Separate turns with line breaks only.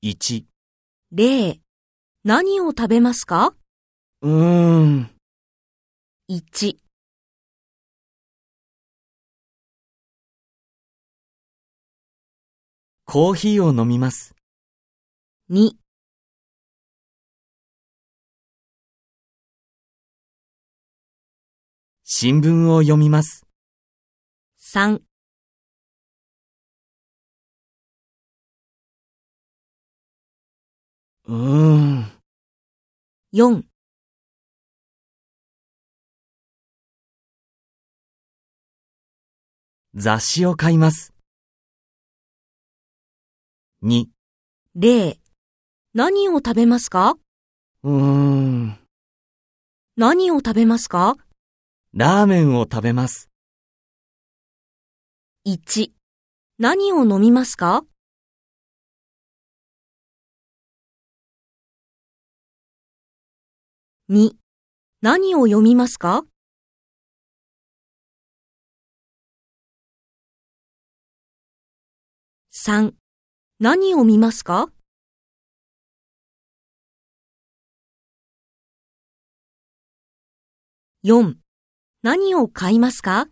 1、
例、何を食べますか
うーん、
?1、
コーヒーを飲みます。
2、
新聞を読みます。
3、
うーん、
4、
雑誌を買います。2、
例、何を食べますか
うーん、
何を食べますか
ラーメンを食べます。
?1、何を飲みますか2、何を読みますか3、何を見ますか4、何を買いますか